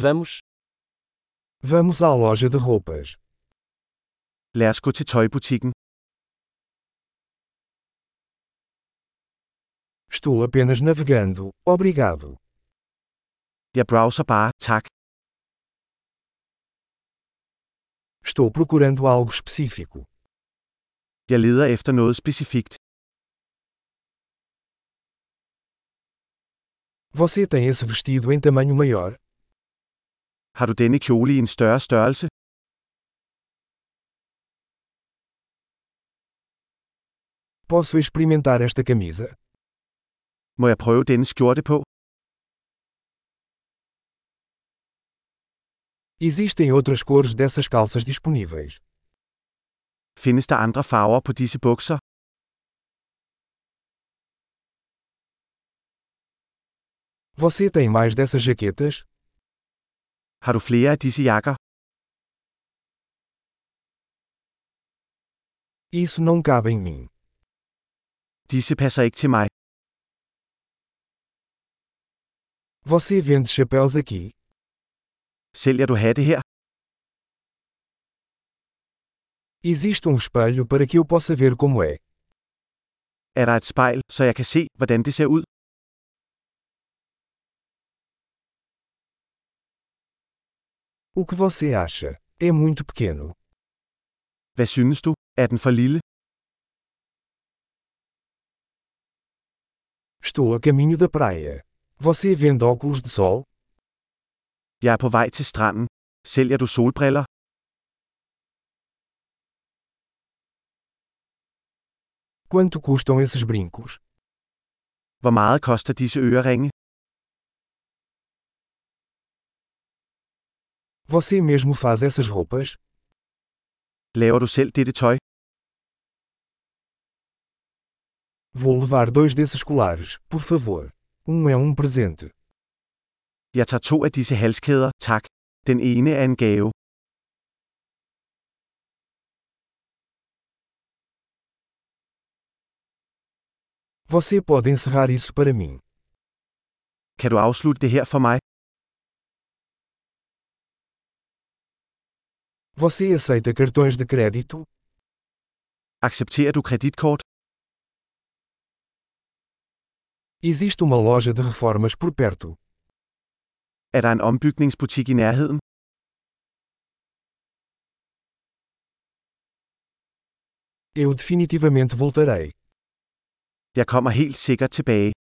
Vamos. Vamos à loja de roupas. Lad os gå til tøjbutikken. Estou apenas navegando, obrigado. Jeg browser bare, tak. Estou procurando algo específico. Jeg leder efter noget specifikt. Você tem esse vestido em tamanho maior? Har du denne kjole i en større størrelse? Posso experimentar esta camisa? Må jeg prøve denne skjorte på? Existem outras cores dessas calças disponíveis. Findes der andre farver på disse bukser? Você tem mais dessas jaquetas? Har du flere af disse jakker? Isso não cabe em mim. Disse passer ikke til mig. Você vende chapéus aqui? Sælger du hatte her? Existe um espelho para que eu possa ver como é. Er der et spejl, så jeg kan se, hvordan det ser ud? O que você acha? É muito pequeno. Hvad synes du? Er den for lille? Estou a caminho da praia. Você vende óculos de sol? Jeg er på vej til stranden. Sælger du solbriller? Quanto custam esses brincos? Hvor meget koster disse øreringe? Você mesmo faz essas roupas? Laver du selv dette tøj? Vou levar dois desses colares, por favor. Um é um presente. Jeg tager to af disse halskæder, tak. Den ene er en gave. Você pode encerrar isso para mim. Kan du afslutte det her for mig? Você aceita cartões de crédito? Accepterer du kreditkort? Existe uma loja de reformas por perto. Er der en ombygningsbutik i nærheden? Eu definitivamente voltarei. Jeg kommer helt sikkert tilbage.